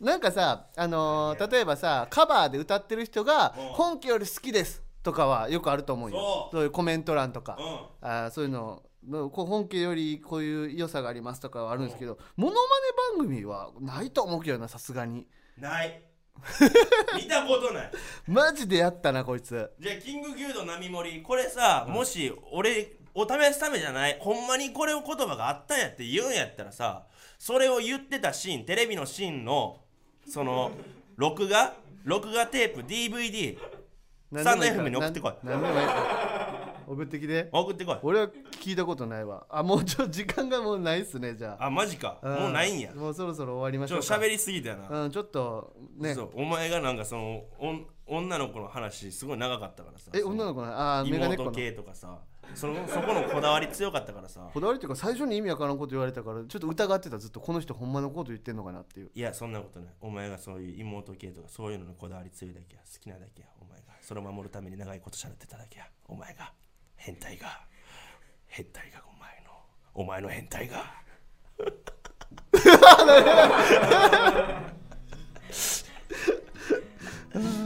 Speaker 1: なんかさあのー例えばさカバーで歌ってる人が
Speaker 2: うん
Speaker 1: 「本家より好きです」とかはよくあると思うよ
Speaker 2: そう
Speaker 1: そういうコメント欄とか
Speaker 2: うん
Speaker 1: あーそういうのまあこう本家よりこういう良さがありますとかはあるんですけど、モノマネ番組はないと思うけどなさすがに
Speaker 2: ない見たことない
Speaker 1: マジでやったなこいつ
Speaker 2: じゃあキング牛丼並盛りこれさ、もし俺お試すためじゃないほんまにこれを言葉があったんやって言うんやったらさそれを言ってたシーンテレビのシーンのその録画録画テープ DVD
Speaker 1: 何でもいいから
Speaker 2: 3FM に送ってこい
Speaker 1: な何でもいいから送ってきて
Speaker 2: 送ってこい
Speaker 1: 俺は聞いたことないわあもうちょっと時間がもうないっすねじゃあ
Speaker 2: あマジか
Speaker 1: ん
Speaker 2: もうないんや
Speaker 1: もうそろそろ終わりまし
Speaker 2: ちょ
Speaker 1: ょう
Speaker 2: っと
Speaker 1: か
Speaker 2: 喋りすぎたよな
Speaker 1: うんちょっとね
Speaker 2: そうお前がなんかそのおん女の子の話すごい長かったからさ
Speaker 1: え
Speaker 2: その
Speaker 1: 女の子なあーメガネっ子
Speaker 2: 妹
Speaker 1: の
Speaker 2: 系とかさそのそこのこだわり強かったからさ
Speaker 1: こだわりっていうか最初に意味わからんこと言われたからちょっと疑ってたずっとこの人ほんまのこと言ってんのかなっていう
Speaker 2: いやそんなことないお前がそういう妹系とかそういうののこだわり強いだけや好きなだけやお前がそれを守るために長いことしゃべってただけやお前が変態が変態がお前のお前の変態が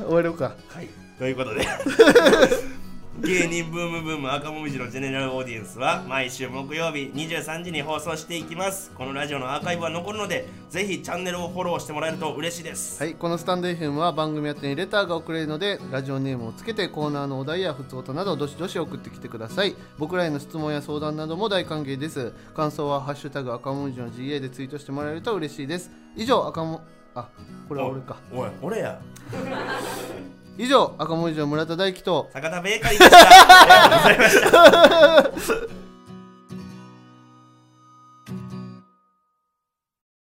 Speaker 1: 終わろうか
Speaker 2: はいということで (laughs) 芸人ブームブーム赤もみじのジェネラルオーディエンスは毎週木曜日23時に放送していきますこのラジオのアーカイブは残るのでぜひチャンネルをフォローしてもらえると嬉しいです、
Speaker 1: はい、このスタンド FM は番組宛てにレターが送れるのでラジオネームをつけてコーナーのお題や普通音などどしどし送ってきてください僕らへの質問や相談なども大歓迎です感想は「ハッシュタグ赤文字の GA」でツイートしてもらえると嬉しいです以上赤もあこれは俺か
Speaker 2: おい
Speaker 1: (laughs)
Speaker 2: 俺や
Speaker 1: 以上赤文字の村田大樹と
Speaker 2: 坂田ベーカリーでしたありがとうございました